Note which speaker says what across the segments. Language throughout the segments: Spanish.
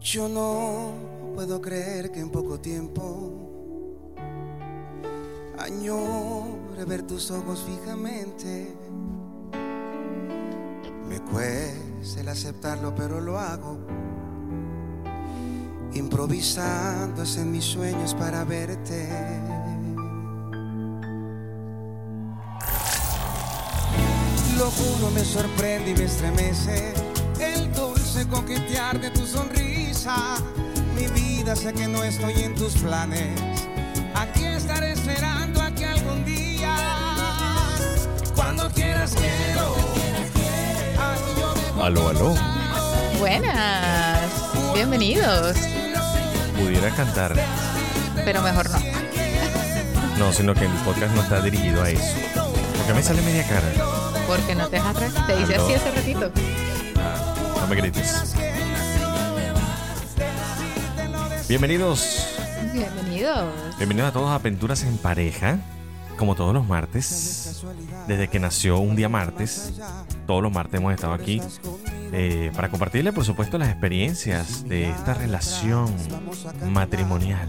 Speaker 1: Yo no puedo creer que en poco tiempo añore ver tus ojos fijamente. Me cuesta el aceptarlo, pero lo hago. Improvisando es en mis sueños para verte. Lo juro, me sorprende y me estremece el dulce coquetear de tu sonrisa. Mi vida sé que no estoy en tus planes. Aquí estaré esperando a que algún día, cuando quieras, quiero. Aquí yo debo
Speaker 2: Aló, aló.
Speaker 3: Buenas, bienvenidos,
Speaker 2: Pudiera cantar.
Speaker 3: pero mejor no.
Speaker 2: No, sino que el podcast no está dirigido a eso. Porque me sale media cara.
Speaker 3: Porque no te dejas atrás. Te hice
Speaker 2: Aló.
Speaker 3: así hace ratito.
Speaker 2: Ah, no me grites. Bienvenidos.
Speaker 3: Bienvenidos.
Speaker 2: Bienvenidos a todos a Aventuras en Pareja. Como todos los martes. Desde que nació un día martes. Todos los martes hemos estado aquí. eh, para compartirle, por supuesto, las experiencias de esta relación matrimonial.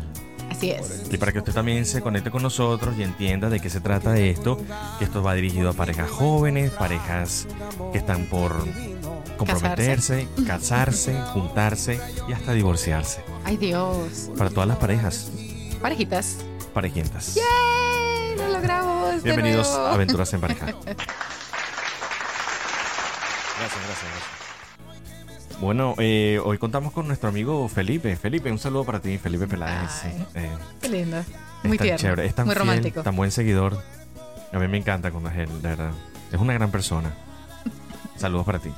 Speaker 3: Así es.
Speaker 2: Y para que usted también se conecte con nosotros y entienda de qué se trata esto, que esto va dirigido a parejas jóvenes, parejas que están por comprometerse, casarse, juntarse y hasta divorciarse.
Speaker 3: Ay Dios.
Speaker 2: Para todas las parejas,
Speaker 3: Parejitas.
Speaker 2: parejientas.
Speaker 3: ¡Yay! Lo logramos. de
Speaker 2: Bienvenidos
Speaker 3: nuevo.
Speaker 2: a Aventuras en Pareja. Gracias, gracias, gracias. Bueno, eh, hoy contamos con nuestro amigo Felipe. Felipe, un saludo para ti, Felipe Peláez.
Speaker 3: Ay.
Speaker 2: Eh,
Speaker 3: Qué lindo.
Speaker 2: Es
Speaker 3: Muy
Speaker 2: tan
Speaker 3: tierno.
Speaker 2: chévere, es tan
Speaker 3: muy
Speaker 2: fiel,
Speaker 3: romántico.
Speaker 2: tan buen seguidor. A mí me encanta cuando es él, de verdad. Es una gran persona. Saludos para ti.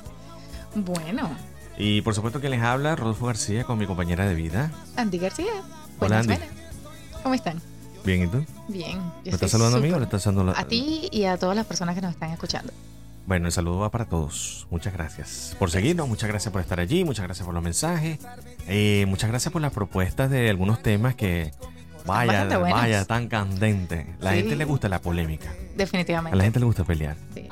Speaker 3: Bueno,
Speaker 2: Y por supuesto que les habla Rodolfo García con mi compañera de vida.
Speaker 3: Andy García.
Speaker 2: Hola,
Speaker 3: buenas,
Speaker 2: Andy.
Speaker 3: buenas. ¿Cómo están?
Speaker 2: Bien, ¿y tú?
Speaker 3: Bien.
Speaker 2: ¿Me
Speaker 3: yo estoy
Speaker 2: estás saludando a mí
Speaker 3: súper-
Speaker 2: o le estás saludando
Speaker 3: A ti y a todas las personas que nos están escuchando.
Speaker 2: Bueno, el saludo va para todos. Muchas gracias por seguirnos, muchas gracias por estar allí, muchas gracias por los mensajes, eh, muchas gracias por las propuestas de algunos temas que vaya,
Speaker 3: bastante buenos.
Speaker 2: vaya tan candente. La
Speaker 3: Sí.
Speaker 2: gente le gusta la polémica, a
Speaker 3: Definitivamente.
Speaker 2: la gente le gusta pelear.
Speaker 3: Sí.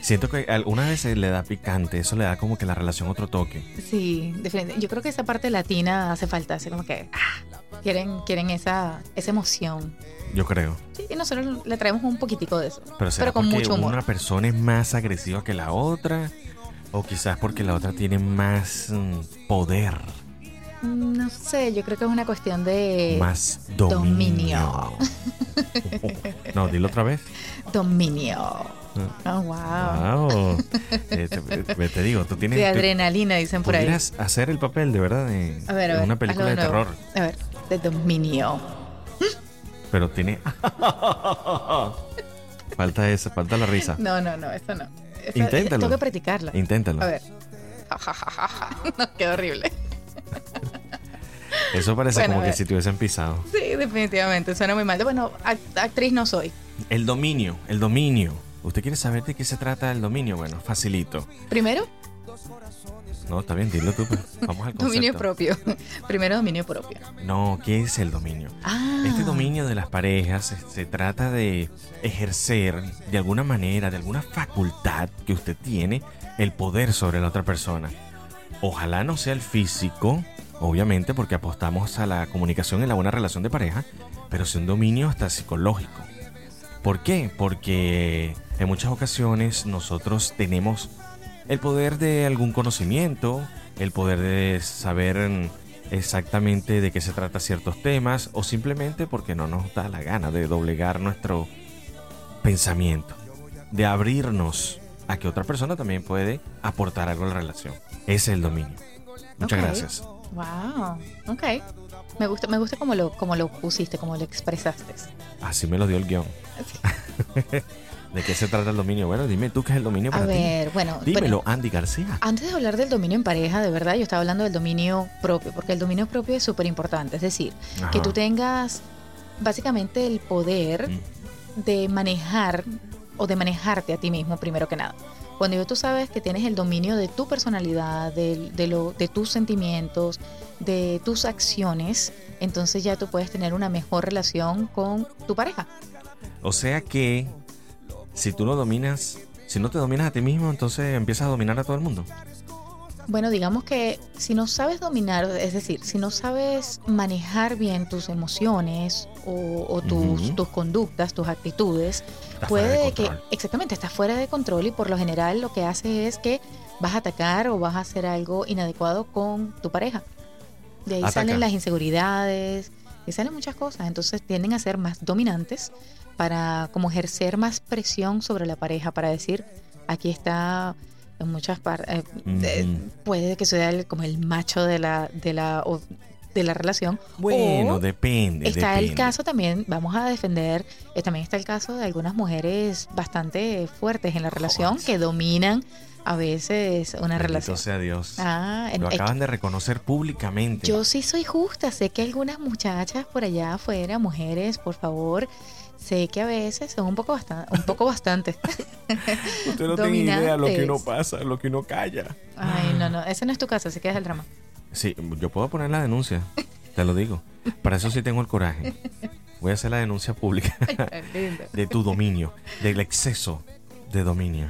Speaker 2: Siento que alguna vez se le da picante, eso le da como que la relación otro toque.
Speaker 3: Sí, definitivamente. Yo creo que esa parte latina hace falta, así como que ah, quieren, quieren esa, esa emoción.
Speaker 2: Yo creo.
Speaker 3: Sí, y nosotros le traemos un poquitico de eso.
Speaker 2: Pero, será
Speaker 3: Pero con
Speaker 2: porque
Speaker 3: mucho humor.
Speaker 2: una persona es más agresiva que la otra. O quizás porque la otra tiene más mm, poder,
Speaker 3: Mm, No sé, yo creo que es una cuestión de
Speaker 2: más dominio.
Speaker 3: Eh, dominio.
Speaker 2: no, dilo otra vez.
Speaker 3: dominio.
Speaker 2: Mm.
Speaker 3: Oh, wow.
Speaker 2: Wow. Eh, te, Ah, te digo, tú tienes.
Speaker 3: De
Speaker 2: tú-
Speaker 3: adrenalina, dicen por ahí.
Speaker 2: Podrías hacer el papel de verdad de,
Speaker 3: A ver, a
Speaker 2: de
Speaker 3: ver,
Speaker 2: una película de
Speaker 3: hazlo nuevo.
Speaker 2: terror,
Speaker 3: A ver, de dominio.
Speaker 2: pero tiene. falta eso, falta la risa.
Speaker 3: No, no, no, eso no. Eso-
Speaker 2: Inténtalo.
Speaker 3: Tengo que practicarla.
Speaker 2: Inténtalo.
Speaker 3: A ver. Ja, ja, ja, ja, ja. No, qué horrible.
Speaker 2: Eso parece
Speaker 3: Bueno,
Speaker 2: como
Speaker 3: a
Speaker 2: que
Speaker 3: ver.
Speaker 2: si te hubiesen pisado.
Speaker 3: Sí, definitivamente. Suena muy mal. Bueno, act- actriz no soy.
Speaker 2: El dominio, el dominio. ¿Usted quiere saber de qué se trata el dominio? Bueno, facilito.
Speaker 3: Primero,
Speaker 2: No, está bien, dilo tú. pues. Vamos al concepto.
Speaker 3: dominio propio. Primero, dominio propio.
Speaker 2: No, ¿qué es el dominio?
Speaker 3: Ah.
Speaker 2: Este dominio de las parejas se, se trata de ejercer de alguna manera, de alguna facultad que usted tiene, el poder sobre la otra persona. Ojalá no sea el físico, obviamente, porque apostamos a la comunicación en la buena relación de pareja, pero sea un dominio hasta psicológico. ¿Por qué? Porque en muchas ocasiones nosotros tenemos el poder de algún conocimiento, el poder de saber mm, exactamente de qué se trata ciertos temas o simplemente porque no nos da la gana de doblegar nuestro pensamiento, de abrirnos a que otra persona también puede aportar algo a la relación. Ese es el dominio. Muchas
Speaker 3: Ok.
Speaker 2: gracias.
Speaker 3: Wow, ok. Me gusta, me gusta como lo, como lo pusiste, como lo expresaste.
Speaker 2: Así me lo dio el guión. ¿De qué se trata el dominio? Bueno, dime tú qué es el dominio
Speaker 3: A
Speaker 2: para ti.
Speaker 3: ver, Ah, bueno,
Speaker 2: Dímelo,
Speaker 3: bueno,
Speaker 2: Andy García.
Speaker 3: antes de hablar del dominio en pareja, de verdad, yo estaba hablando del dominio propio, porque el dominio propio es súper importante. Es decir, que
Speaker 2: Ajá.
Speaker 3: tú tengas básicamente el poder
Speaker 2: Mm.
Speaker 3: de manejar o de manejarte a ti mismo primero que nada. Cuando ya tú sabes que tienes el dominio de tu personalidad, de, de lo, de tus sentimientos, de tus acciones, entonces ya tú puedes tener una mejor relación con tu pareja.
Speaker 2: O sea que si tú no dominas, si no te dominas a ti mismo, entonces empiezas a dominar a todo el mundo.
Speaker 3: Bueno, digamos que si no sabes dominar, es decir, si no sabes manejar bien tus emociones o, o tus,
Speaker 2: Ujú.
Speaker 3: tus conductas, tus actitudes,
Speaker 2: Está fuera de
Speaker 3: puede que,
Speaker 2: control.
Speaker 3: exactamente, estás fuera de control y por lo general lo que haces es que vas a atacar o vas a hacer algo inadecuado con tu pareja. De ahí
Speaker 2: Ataca.
Speaker 3: salen las inseguridades y salen muchas cosas. Entonces tienden a ser más dominantes para como ejercer más presión sobre la pareja, para decir, aquí está en muchas partes,
Speaker 2: Ujú.
Speaker 3: puede que sea el- como el macho de la, de la, o- de la relación.
Speaker 2: Bueno,
Speaker 3: o-
Speaker 2: depende.
Speaker 3: Está el
Speaker 2: depende.
Speaker 3: caso también, vamos a defender, eh, también está el caso de algunas mujeres bastante fuertes en la relación que dominan a veces una
Speaker 2: Bendito
Speaker 3: relación.
Speaker 2: sea Dios.
Speaker 3: Ah, en-
Speaker 2: Lo
Speaker 3: eh,
Speaker 2: acaban de reconocer públicamente.
Speaker 3: yo sí soy justa, sé que algunas muchachas por allá afuera, mujeres, por favor, sé que a veces son un poco bastante, un poco bastante.
Speaker 2: Usted
Speaker 3: no tiene idea lo que uno dominantes.
Speaker 2: pasa, lo que uno calla.
Speaker 3: Ay, no,
Speaker 2: Ah.
Speaker 3: no, ese no es tu caso, así que es el drama.
Speaker 2: Sí, yo puedo poner la denuncia, te lo digo. Para eso sí tengo el coraje. Voy a hacer la denuncia pública de tu dominio, del exceso de dominio.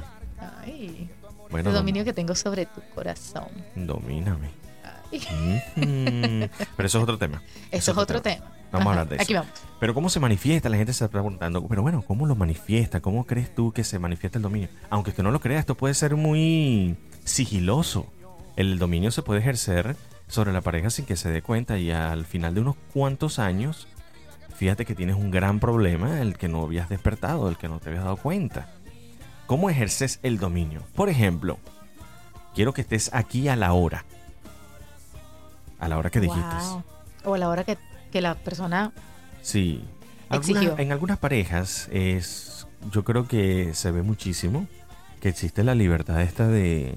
Speaker 3: Ay,
Speaker 2: Bueno,
Speaker 3: el
Speaker 2: dom-
Speaker 3: dominio que tengo sobre tu corazón.
Speaker 2: domíname.
Speaker 3: Ay.
Speaker 2: Mm, Pero eso es otro tema.
Speaker 3: Eso es otro tema.
Speaker 2: Vamos a hablar de eso.
Speaker 3: Aquí vamos.
Speaker 2: Pero ¿cómo se manifiesta? La gente se está preguntando, pero bueno, ¿cómo lo manifiesta? ¿Cómo crees tú que se manifiesta el dominio? Aunque usted no lo crea, esto puede ser muy sigiloso. El dominio se puede ejercer sobre la pareja sin que se dé cuenta y al final de unos cuantos años, fíjate que tienes un gran problema, el que no habías despertado, el que no te habías dado cuenta. ¿Cómo ejerces el dominio? Por ejemplo, quiero que estés aquí a la hora. A la hora que dijiste.
Speaker 3: Wow. O a la hora que, que la persona
Speaker 2: Sí.
Speaker 3: Exigió.
Speaker 2: Algunas- en algunas parejas es, yo creo que se ve muchísimo que existe la libertad esta de,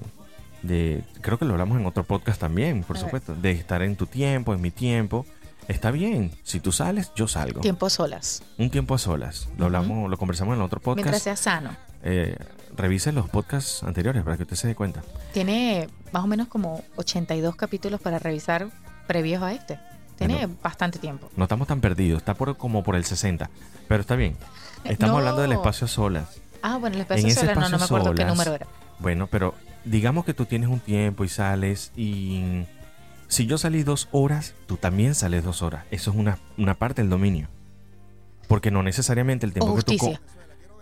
Speaker 2: de- creo que lo hablamos en otro podcast también, por
Speaker 3: A ver.
Speaker 2: supuesto, de estar en tu tiempo, en mi tiempo. Está bien, si tú sales, yo salgo.
Speaker 3: tiempo solas,
Speaker 2: Un tiempo a solas. Lo hablamos, lo conversamos en el otro
Speaker 3: mientras
Speaker 2: podcast.
Speaker 3: sea sano.
Speaker 2: Eh, revisen los podcasts anteriores para que usted se dé cuenta.
Speaker 3: Tiene más o menos como 82 capítulos para revisar previos a este. Tiene bastante tiempo.
Speaker 2: No estamos tan perdidos, está por como por el 60, pero está bien. Estamos
Speaker 3: No.
Speaker 2: hablando del espacio a solas.
Speaker 3: Ah, bueno,
Speaker 2: En
Speaker 3: el espacio
Speaker 2: ese
Speaker 3: sola no, no me
Speaker 2: espacio
Speaker 3: acuerdo qué
Speaker 2: solas.
Speaker 3: número era.
Speaker 2: Bueno, pero digamos que tú tienes un tiempo y sales y si yo salí dos horas, tú también sales dos horas. Eso es una, una parte del dominio. Porque no necesariamente el
Speaker 3: O
Speaker 2: tiempo que tú... co-
Speaker 3: justicia.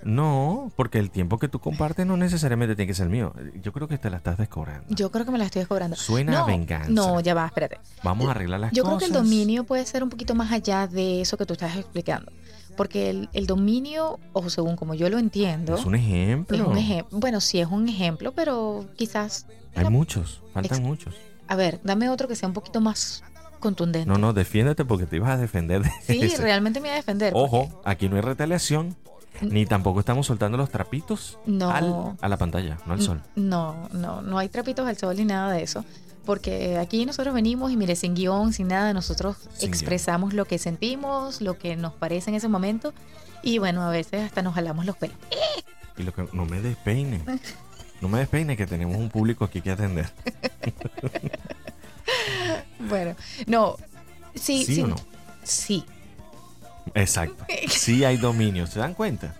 Speaker 2: No, porque el tiempo que tú compartes no necesariamente tiene que ser mío. Yo creo que te la estás descobrando.
Speaker 3: Yo creo que me la estoy cobrando.
Speaker 2: Suena
Speaker 3: no,
Speaker 2: a venganza.
Speaker 3: No, ya va, espérate.
Speaker 2: Vamos a arreglar las
Speaker 3: Yo creo
Speaker 2: cosas.
Speaker 3: que el dominio puede ser un poquito más allá de eso que tú estás explicando. Porque el, el dominio, o según como yo lo entiendo,
Speaker 2: Es un ejemplo.
Speaker 3: es un ejem- Bueno, sí es un ejemplo, pero quizás.
Speaker 2: Hay muchos, faltan
Speaker 3: Ex-
Speaker 2: muchos.
Speaker 3: A ver, dame otro que sea un poquito más contundente.
Speaker 2: No, no, defiéndete porque te ibas a defender de
Speaker 3: Sí,
Speaker 2: ese.
Speaker 3: realmente me voy a defender.
Speaker 2: Ojo, aquí no hay retaliación, ni tampoco estamos soltando los trapitos
Speaker 3: No. Mm.
Speaker 2: al- a la pantalla, no al sol.
Speaker 3: No, no, no hay trapitos al sol ni nada de eso. Porque aquí nosotros venimos y mire, sin guión, sin nada, nosotros
Speaker 2: Sin
Speaker 3: expresamos lo que sentimos, lo que nos parece en ese momento. Y bueno, a veces hasta nos jalamos los pelos.
Speaker 2: Y lo que no me despeine. No me despeine que tenemos un público aquí que atender.
Speaker 3: Bueno, no. Sí,
Speaker 2: ¿Sí,
Speaker 3: sí,
Speaker 2: o no?
Speaker 3: Sí.
Speaker 2: Exacto. Sí hay dominio, ¿se dan cuenta?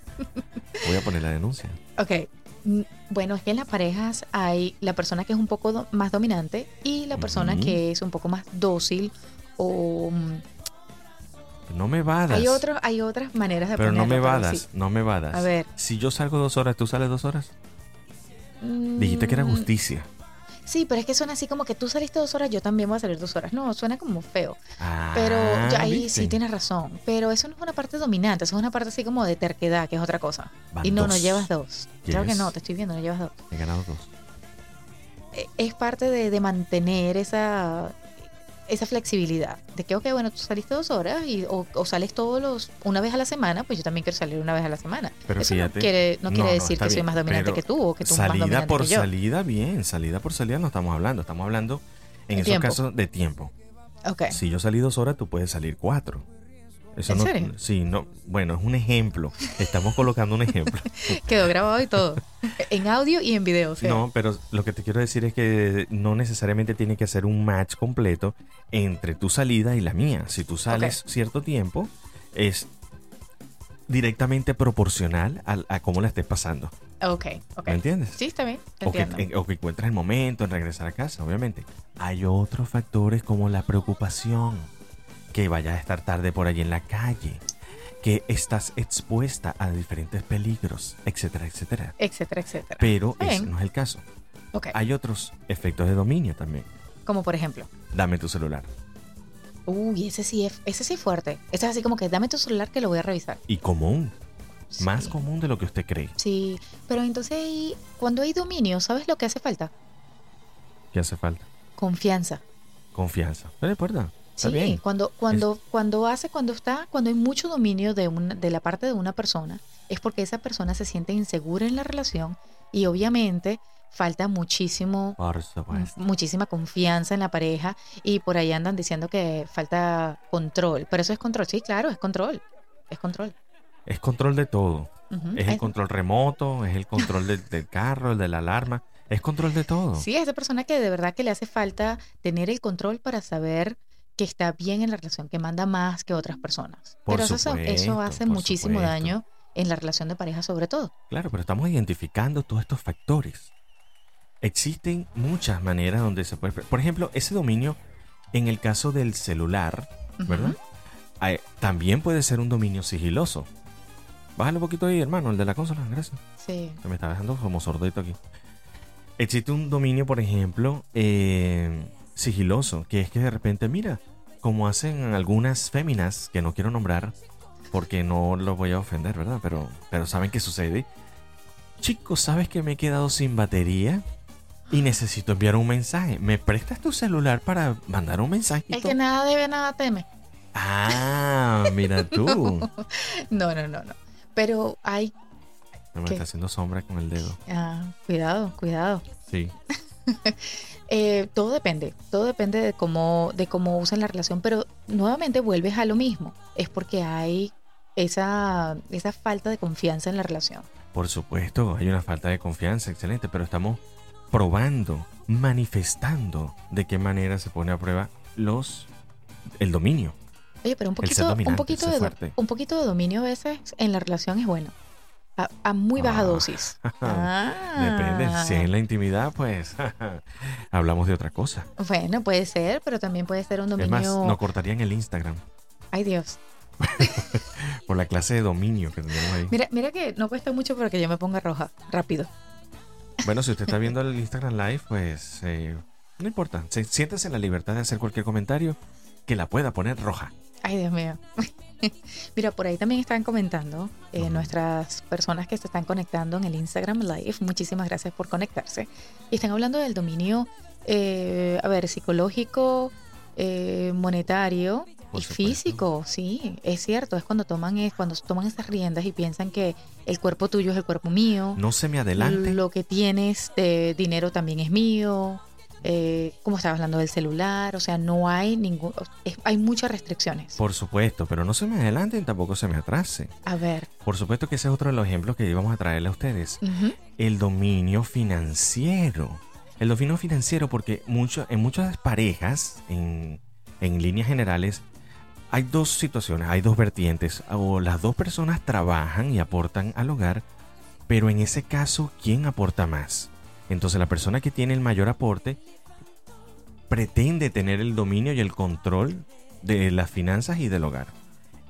Speaker 2: Voy a poner la denuncia.
Speaker 3: Ok. Mm, Bueno, es que en las parejas hay la persona que es un poco do- más dominante y la persona
Speaker 2: Ujú.
Speaker 3: que es un poco más dócil o mm,
Speaker 2: No me vadas.
Speaker 3: hay otros hay otras maneras de
Speaker 2: pero no me
Speaker 3: ponerlo,
Speaker 2: vadas,
Speaker 3: sí.
Speaker 2: no me vadas.
Speaker 3: A ver.
Speaker 2: Si yo salgo dos horas, ¿tú sales dos horas? Dijiste que era
Speaker 3: Mm,
Speaker 2: justicia.
Speaker 3: Sí, pero es que suena así como que tú saliste dos horas, yo también voy a salir dos horas. No, suena como feo.
Speaker 2: Ah,
Speaker 3: Pero ya ahí sí
Speaker 2: ¿viste?
Speaker 3: tienes razón. Pero eso no es una parte dominante, eso es una parte así como de terquedad, que es otra cosa.
Speaker 2: Van
Speaker 3: y no, no
Speaker 2: dos.
Speaker 3: llevas dos. Claro que
Speaker 2: Yes.
Speaker 3: no, te estoy viendo, no llevas dos.
Speaker 2: He ganado dos.
Speaker 3: Eh, Es parte de, de mantener esa, esa flexibilidad. De que, ok, bueno, tú saliste dos horas y, o, o sales todos los, una vez a la semana, pues yo también quiero salir una vez a la semana.
Speaker 2: Pero
Speaker 3: eso
Speaker 2: fíjate-
Speaker 3: no quiere, no
Speaker 2: no,
Speaker 3: quiere
Speaker 2: no,
Speaker 3: decir
Speaker 2: está
Speaker 3: que soy
Speaker 2: bien,
Speaker 3: más dominante
Speaker 2: pero
Speaker 3: que tú o que tú más
Speaker 2: salida
Speaker 3: dominante
Speaker 2: por
Speaker 3: que yo.
Speaker 2: salida, bien. Salida por salida no estamos hablando. Estamos hablando en
Speaker 3: De
Speaker 2: esos
Speaker 3: tiempo.
Speaker 2: casos de tiempo.
Speaker 3: Ok.
Speaker 2: Si yo salí dos horas, tú puedes salir cuatro. Eso
Speaker 3: ¿En
Speaker 2: no,
Speaker 3: serio?
Speaker 2: Sí, no. Bueno, es un ejemplo. Estamos colocando un ejemplo.
Speaker 3: Quedó grabado y todo. en audio y en video. o sea.
Speaker 2: No, pero lo que te quiero decir es que no necesariamente tiene que ser un match completo entre tu salida y la mía. Si tú sales cierto tiempo, es directamente proporcional a, a cómo la estés pasando.
Speaker 3: Ok, ok.
Speaker 2: ¿Me entiendes?
Speaker 3: Sí, está bien.
Speaker 2: O que,
Speaker 3: Entiendo.
Speaker 2: en- o que encuentras el momento en regresar a casa, obviamente. Hay otros factores como la preocupación, que vayas a estar tarde por allí en la calle, que estás expuesta a diferentes peligros, etcétera, etcétera.
Speaker 3: Etcétera, etcétera.
Speaker 2: Pero
Speaker 3: Está
Speaker 2: ese
Speaker 3: bien.
Speaker 2: no es el caso.
Speaker 3: Ok.
Speaker 2: Hay otros efectos de dominio también.
Speaker 3: Como por ejemplo.
Speaker 2: Dame tu celular.
Speaker 3: Uy, ese sí es, ese sí es fuerte. Ese es así como que dame tu celular que lo voy a revisar.
Speaker 2: Y común, más
Speaker 3: Sí.
Speaker 2: común de lo que usted cree
Speaker 3: Sí, pero entonces ahí, cuando hay dominio, ¿sabes lo que hace falta?
Speaker 2: que hace falta.
Speaker 3: Confianza.
Speaker 2: Confianza. No importa. Está
Speaker 3: Sí,
Speaker 2: bien.
Speaker 3: cuando cuando cuando hace cuando está cuando hay mucho dominio de una, de la parte de una persona es porque esa persona se siente insegura en la relación y obviamente falta muchísimo
Speaker 2: Por supuesto.
Speaker 3: muchísima confianza en la pareja y por ahí andan diciendo que falta control, pero eso es control, sí, claro, es control. Es control.
Speaker 2: Es control de todo.
Speaker 3: Ujú,
Speaker 2: Es el control remoto, es el control del, del carro, el de la alarma, es control de todo.
Speaker 3: Sí, es esa persona que de verdad que le hace falta tener el control para saber que está bien en la relación, que manda más que otras personas.
Speaker 2: Por
Speaker 3: Pero eso, eso-
Speaker 2: supuesto,
Speaker 3: eso hace
Speaker 2: por
Speaker 3: muchísimo
Speaker 2: supuesto.
Speaker 3: daño en la relación de pareja sobre todo.
Speaker 2: Claro, pero estamos identificando todos estos factores. Existen muchas maneras donde se puede... Por ejemplo, ese dominio, en el caso del celular,
Speaker 3: Ujú.
Speaker 2: ¿verdad? Ah, eh, También puede ser un dominio sigiloso. Bájale un poquito ahí, hermano, el de la consola, gracias.
Speaker 3: Sí.
Speaker 2: Se me está dejando como sordito aquí. Existe un dominio, por ejemplo, eh, sigiloso, que es que de repente, mira, como hacen algunas féminas que no quiero nombrar, porque no los voy a ofender, ¿verdad? Pero, pero saben qué sucede. Chicos, ¿sabes que me he quedado sin batería? Y necesito enviar un mensaje. ¿Me prestas tu celular para mandar un mensaje?
Speaker 3: El que nada debe, nada teme.
Speaker 2: Ah, mira tú.
Speaker 3: No, no, no, no. Pero hay...
Speaker 2: No, Me
Speaker 3: ¿Qué?
Speaker 2: está haciendo sombra con el dedo.
Speaker 3: ah, cuidado, cuidado.
Speaker 2: Sí.
Speaker 3: Eh, todo depende, todo depende de cómo, de cómo usan la relación, pero nuevamente vuelves a lo mismo. Es porque hay esa, esa falta de confianza en la relación.
Speaker 2: Por supuesto, hay una falta de confianza, excelente, pero estamos probando, manifestando de qué manera se pone a prueba los el dominio.
Speaker 3: Oye, pero un
Speaker 2: El ser
Speaker 3: poquito, un
Speaker 2: dominante,
Speaker 3: poquito,
Speaker 2: el
Speaker 3: de,
Speaker 2: ser
Speaker 3: do-
Speaker 2: fuerte.
Speaker 3: un poquito de dominio a veces en la relación es bueno. A, a muy baja
Speaker 2: Ah.
Speaker 3: dosis.
Speaker 2: Depende,
Speaker 3: Ah.
Speaker 2: si es en la intimidad, pues hablamos de otra cosa.
Speaker 3: Bueno, puede ser, pero también puede ser un
Speaker 2: Es más,
Speaker 3: dominio.
Speaker 2: nos cortarían el Instagram
Speaker 3: Ay, Dios.
Speaker 2: por la clase de dominio que tenemos ahí.
Speaker 3: Mira, mira que no cuesta mucho para que yo me ponga roja. Rápido.
Speaker 2: Bueno, si usted está viendo el Instagram Live, pues eh, no importa. Se- Siéntase en la libertad de hacer cualquier comentario que la pueda poner roja.
Speaker 3: Ay, Dios mío. Mira, por ahí también están comentando eh,
Speaker 2: Ujú.
Speaker 3: nuestras personas que se están conectando en el Instagram Live. Muchísimas gracias por conectarse. Y están hablando del dominio, eh, a ver, psicológico, eh, monetario
Speaker 2: Por
Speaker 3: y
Speaker 2: supuesto.
Speaker 3: físico. Sí, es cierto. Es cuando toman es cuando toman esas riendas y piensan que el cuerpo tuyo es el cuerpo mío.
Speaker 2: No se me adelante.
Speaker 3: Lo que tienes de dinero también es mío. eh, como estaba hablando del celular, o sea, no hay ningún, es- hay muchas restricciones.
Speaker 2: Por supuesto, pero no se me adelanten, tampoco se me atrasen.
Speaker 3: A ver,
Speaker 2: Por supuesto que ese es otro de los ejemplos que íbamos a traerle a ustedes.
Speaker 3: ujú,
Speaker 2: El dominio financiero. El dominio financiero porque mucho, en muchas parejas, en, en líneas generales, hay dos situaciones, hay dos vertientes. O las dos personas trabajan y aportan al hogar, pero en ese caso, ¿quién aporta más? Entonces la persona que tiene el mayor aporte pretende tener el dominio y el control de las finanzas y del hogar.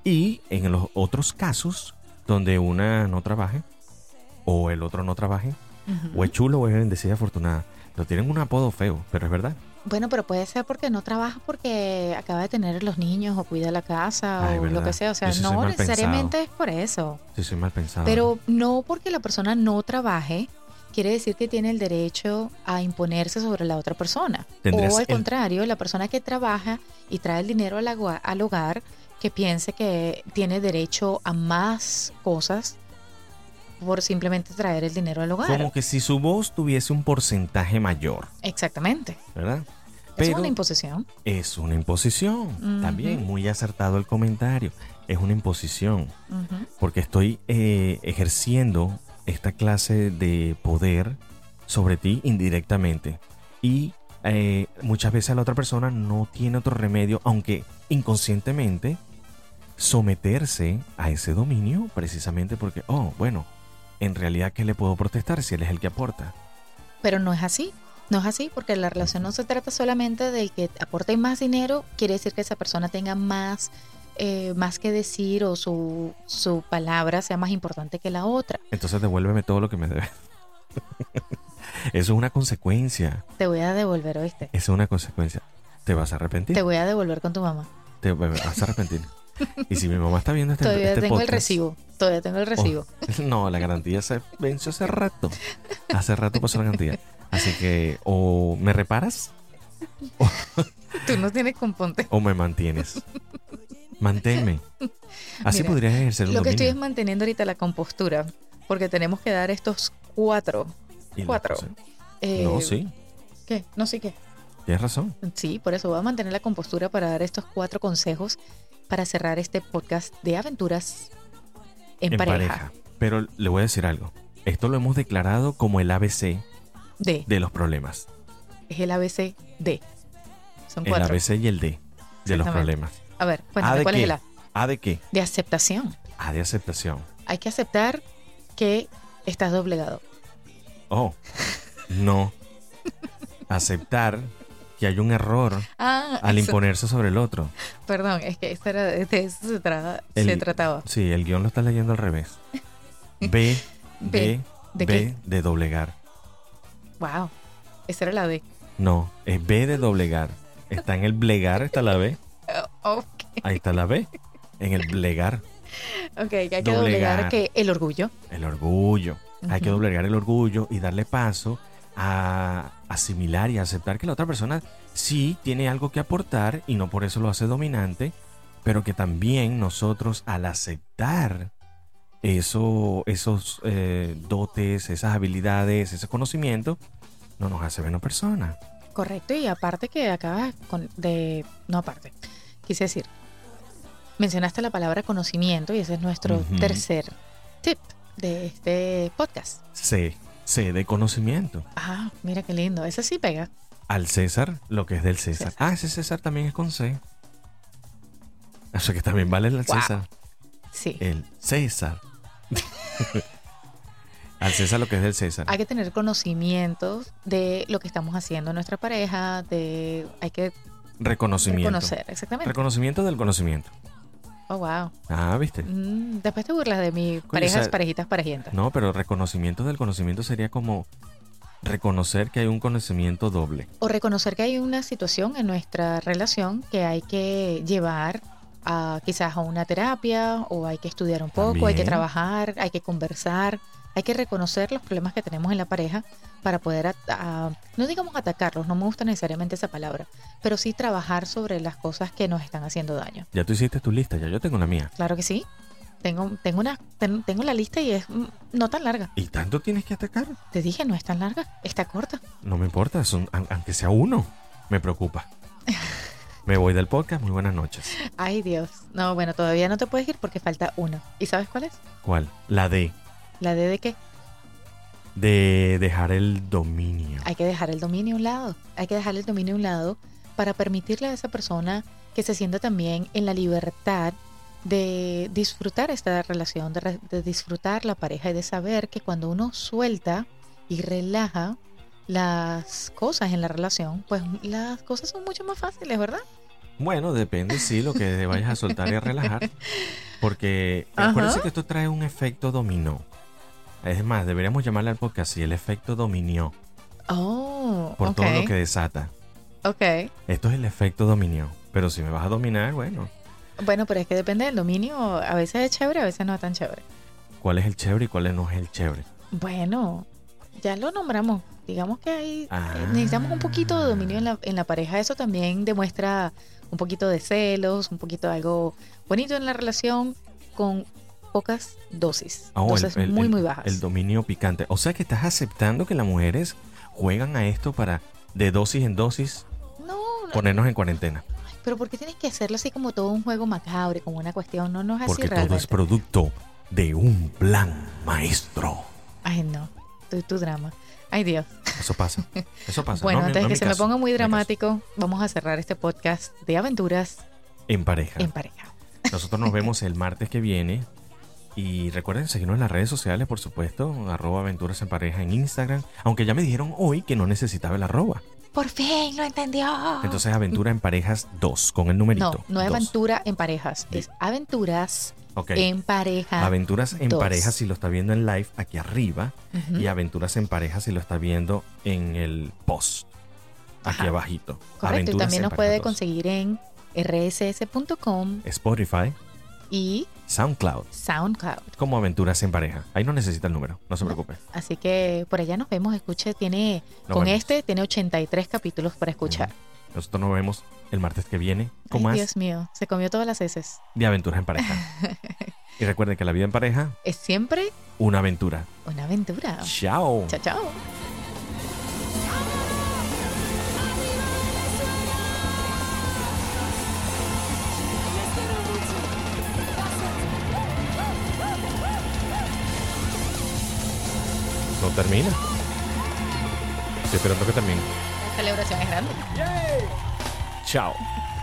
Speaker 2: Y en los otros casos, donde una no trabaje o el otro no trabaje,
Speaker 3: ujú.
Speaker 2: o es chulo o es bendecida y afortunada. Lo tienen un apodo feo, pero es verdad.
Speaker 3: Bueno, pero puede ser porque no trabaja porque acaba de tener los niños o cuida la casa
Speaker 2: Ay,
Speaker 3: o
Speaker 2: verdad.
Speaker 3: lo que sea. O sea,
Speaker 2: Yo sí soy
Speaker 3: no
Speaker 2: mal Ah,
Speaker 3: necesariamente es por eso.
Speaker 2: Sí, soy mal pensado.
Speaker 3: Pero no porque la persona no trabaje quiere decir que tiene el derecho a imponerse sobre la otra persona.
Speaker 2: Tendrías
Speaker 3: o al
Speaker 2: el-
Speaker 3: contrario, la persona que trabaja y trae el dinero al, agua- al hogar, que piense que tiene derecho a más cosas por simplemente traer el dinero al hogar.
Speaker 2: Como que si su voz tuviese un porcentaje mayor,
Speaker 3: Exactamente.
Speaker 2: ¿verdad?
Speaker 3: es
Speaker 2: Pero
Speaker 3: una imposición.
Speaker 2: es una imposición.
Speaker 3: Ujú.
Speaker 2: También muy acertado el comentario. Es una imposición.
Speaker 3: Ujú.
Speaker 2: Porque estoy eh, ejerciendo esta clase de poder sobre ti indirectamente. Y eh, muchas veces la otra persona no tiene otro remedio, aunque inconscientemente someterse a ese dominio precisamente porque, oh, bueno, en realidad, ¿qué le puedo protestar si él es el que aporta?
Speaker 3: Pero no es así. No es así porque la relación no se trata solamente del que aporte más dinero, quiere decir que esa persona tenga más, eh, más que decir o su, su palabra sea más importante que la otra.
Speaker 2: Entonces devuélveme todo lo que me debes. Eso es una consecuencia.
Speaker 3: Te voy a devolver, ¿oíste?
Speaker 2: Eso es una consecuencia. ¿Te vas a arrepentir?
Speaker 3: Te voy a devolver con tu mamá.
Speaker 2: Te vas a arrepentir. Y si mi mamá está viendo este,
Speaker 3: Todavía
Speaker 2: este
Speaker 3: tengo el
Speaker 2: podcast-
Speaker 3: recibo. Todavía tengo el recibo.
Speaker 2: Oh, no, la garantía se venció hace rato. Hace rato pasó la garantía. Así que o me reparas Oh.
Speaker 3: Tú no tienes componte.
Speaker 2: o me mantienes. Manténme. Así
Speaker 3: Mira,
Speaker 2: podrías ejercer un
Speaker 3: Lo que estoy es
Speaker 2: dominio.
Speaker 3: manteniendo ahorita la compostura. Porque tenemos que dar estos cuatro.
Speaker 2: Y la
Speaker 3: cuatro.
Speaker 2: cosa-
Speaker 3: eh,
Speaker 2: no, sí,
Speaker 3: ¿Qué? No sé qué.
Speaker 2: tienes razón.
Speaker 3: Sí, por eso voy a mantener la compostura para dar estos cuatro consejos para cerrar este podcast de aventuras en, pareja.
Speaker 2: Pero le voy a decir algo. Esto lo hemos declarado como el ABC
Speaker 3: D.
Speaker 2: de los problemas.
Speaker 3: Es el ABC D. Son
Speaker 2: El
Speaker 3: cuatro.
Speaker 2: ABC y el D de los
Speaker 3: Exactamente.
Speaker 2: problemas.
Speaker 3: A ver,
Speaker 2: ¿A
Speaker 3: cuéntame,
Speaker 2: Ah, de
Speaker 3: ¿cuál
Speaker 2: qué?
Speaker 3: es el A?
Speaker 2: ¿A de qué?
Speaker 3: De aceptación.
Speaker 2: A de aceptación.
Speaker 3: Hay que aceptar que estás doblegado.
Speaker 2: Oh, no. Aceptar que hay un error
Speaker 3: Ah,
Speaker 2: al
Speaker 3: eso.
Speaker 2: imponerse sobre el otro.
Speaker 3: Perdón, es que eso era- de eso se, tra-
Speaker 2: El-
Speaker 3: se trataba.
Speaker 2: Sí, el guión lo estás leyendo al revés. B, D,
Speaker 3: B,
Speaker 2: B
Speaker 3: ¿de qué?
Speaker 2: de doblegar.
Speaker 3: Wow, esa era la D.
Speaker 2: No, es B de doblegar. Está en el blegar, está la B.
Speaker 3: Oh, ok,
Speaker 2: Ahí está la B. En el blegar,
Speaker 3: ok, que hay que
Speaker 2: Doblegar.
Speaker 3: doblegar que el orgullo.
Speaker 2: el orgullo. Hay que
Speaker 3: Ujú.
Speaker 2: doblegar el orgullo y darle paso a asimilar y aceptar que la otra persona sí tiene algo que aportar y no por eso lo hace dominante, pero que también nosotros al aceptar eso, esos eh, dotes, esas habilidades, esos conocimientos, no nos hace menos personas.
Speaker 3: Correcto, y aparte que acabas con- de... No, aparte, quise decir, mencionaste la palabra conocimiento y ese es nuestro
Speaker 2: Ujú.
Speaker 3: tercer tip de este podcast.
Speaker 2: C, C de conocimiento.
Speaker 3: Ah, mira qué lindo, ese sí pega.
Speaker 2: Al César, lo que es del César. Ah, ese César también es con C. O sea que también vale el
Speaker 3: Wow.
Speaker 2: César.
Speaker 3: Sí,
Speaker 2: El César. Al César lo que es del César.
Speaker 3: hay que tener conocimientos de lo que estamos haciendo en nuestra pareja, de... Hay que
Speaker 2: Reconocimiento.
Speaker 3: reconocer, exactamente.
Speaker 2: Reconocimiento del conocimiento.
Speaker 3: Oh, wow.
Speaker 2: Ah, ¿viste?
Speaker 3: Mm, después te burlas de mi
Speaker 2: o
Speaker 3: parejas,
Speaker 2: sea,
Speaker 3: parejitas, parejientas.
Speaker 2: No, pero reconocimiento del conocimiento sería como reconocer que hay un conocimiento doble.
Speaker 3: O reconocer que hay una situación en nuestra relación que hay que llevar a quizás a una terapia o hay que estudiar un poco, hay que
Speaker 2: También.
Speaker 3: trabajar, hay que conversar, hay que reconocer los problemas que tenemos en la pareja para poder, at- a- no digamos atacarlos, no me gusta necesariamente esa palabra, pero sí trabajar sobre las cosas que nos están haciendo daño.
Speaker 2: Ya tú hiciste tu lista, ya yo tengo la mía.
Speaker 3: Claro que sí. Tengo, tengo, una, ten- tengo la lista y es mm, no tan larga.
Speaker 2: ¿Y tanto tienes que atacar?
Speaker 3: Te dije, no es tan larga, está corta.
Speaker 2: No me importa, son- an- aunque sea uno, me preocupa. Me voy del podcast, muy buenas noches.
Speaker 3: Ay, Dios. No, bueno, todavía no te puedes ir porque falta una. ¿Y sabes cuál es?
Speaker 2: ¿Cuál? La D.
Speaker 3: La D de que
Speaker 2: De dejar el dominio.
Speaker 3: hay que dejar el dominio a un lado. Hay que dejar el dominio a un lado para permitirle a esa persona que se sienta también en la libertad de disfrutar esta relación, de, re- de disfrutar la pareja y de saber que cuando uno suelta y relaja las cosas en la relación, pues las cosas son mucho más fáciles, ¿verdad?
Speaker 2: Bueno, depende, sí, lo que te vayas a soltar y a relajar. Porque
Speaker 3: Ajá.
Speaker 2: acuérdense que esto trae un efecto dominó. Es más, deberíamos llamarle al podcast así, el efecto dominó,
Speaker 3: Oh,
Speaker 2: por
Speaker 3: ok.
Speaker 2: todo lo que desata.
Speaker 3: ok.
Speaker 2: Esto es el efecto dominó. Pero si me vas a dominar, bueno,
Speaker 3: Bueno, pero es que depende del dominio. A veces es chévere, a veces no es tan chévere.
Speaker 2: ¿cuál es el chévere y cuál no es el chévere?
Speaker 3: Bueno, ya lo nombramos. Digamos que hay,
Speaker 2: Ah.
Speaker 3: eh, necesitamos un poquito de dominio en la, en la pareja. Eso también demuestra un poquito de celos, un poquito de algo bonito en la relación con pocas dosis.
Speaker 2: Ah, oh, el-
Speaker 3: dosis
Speaker 2: el-
Speaker 3: muy,
Speaker 2: el-
Speaker 3: muy bajas.
Speaker 2: El dominio picante. O sea que estás aceptando que las mujeres juegan a esto para, de dosis en dosis,
Speaker 3: no, no,
Speaker 2: ponernos en cuarentena.
Speaker 3: pero ¿por qué tienes que hacerlo así como todo un juego macabro, como una cuestión? No, no es así
Speaker 2: Porque todo es
Speaker 3: realmente.
Speaker 2: producto de un plan maestro.
Speaker 3: Ay, no, tu, tu drama. Ay, Dios.
Speaker 2: Eso pasa. Eso pasa.
Speaker 3: bueno,
Speaker 2: No, no,
Speaker 3: antes
Speaker 2: no
Speaker 3: de que
Speaker 2: en
Speaker 3: se
Speaker 2: mi
Speaker 3: me
Speaker 2: caso,
Speaker 3: ponga muy
Speaker 2: en mi caso.
Speaker 3: dramático, vamos a cerrar este podcast de aventuras
Speaker 2: En pareja.
Speaker 3: en pareja.
Speaker 2: Nosotros nos vemos el martes que viene. Y recuerden seguirnos en las redes sociales, por supuesto, arroba aventuras en pareja en Instagram. Aunque ya me dijeron hoy que no necesitaba el arroba.
Speaker 3: Por fin lo entendió.
Speaker 2: Entonces aventura en parejas 2 con el numerito.
Speaker 3: Ah. no, no es
Speaker 2: dos.
Speaker 3: aventura en parejas, es aventuras
Speaker 2: Ok.
Speaker 3: en pareja.
Speaker 2: Aventuras en
Speaker 3: dos.
Speaker 2: pareja si lo está viendo en live aquí arriba.
Speaker 3: Ujú,
Speaker 2: Y aventuras en pareja si lo está viendo en el post. Aquí
Speaker 3: Ajá.
Speaker 2: abajito.
Speaker 3: Correcto, y
Speaker 2: Aventuras en
Speaker 3: también nos
Speaker 2: Parejas
Speaker 3: puede
Speaker 2: 2.
Speaker 3: conseguir en rss.com
Speaker 2: Spotify,
Speaker 3: y
Speaker 2: SoundCloud,
Speaker 3: SoundCloud.
Speaker 2: como aventuras en pareja. Ahí no necesita el número, no se preocupe.
Speaker 3: Así que por allá nos vemos, escuche, tiene,
Speaker 2: Nos
Speaker 3: con
Speaker 2: vemos.
Speaker 3: este tiene 83 capítulos para escuchar.
Speaker 2: Mm. Nosotros nos vemos el martes que viene con
Speaker 3: Ay,
Speaker 2: más
Speaker 3: Dios mío, se comió todas las heces.
Speaker 2: de aventuras en pareja. y recuerden que la vida en pareja,
Speaker 3: Es siempre
Speaker 2: una aventura.
Speaker 3: una aventura.
Speaker 2: Chao.
Speaker 3: Chao, chao.
Speaker 2: No termina. Estoy esperando que termine.
Speaker 3: La celebración es grande.
Speaker 2: Chao.